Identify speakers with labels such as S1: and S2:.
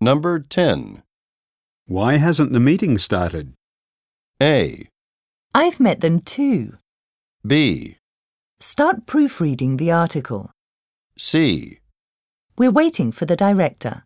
S1: Number 10.
S2: Why hasn't the meeting started?
S1: A.
S3: I've met them too.
S1: B.
S3: Start proofreading the article.
S1: C.
S3: We're waiting for the director.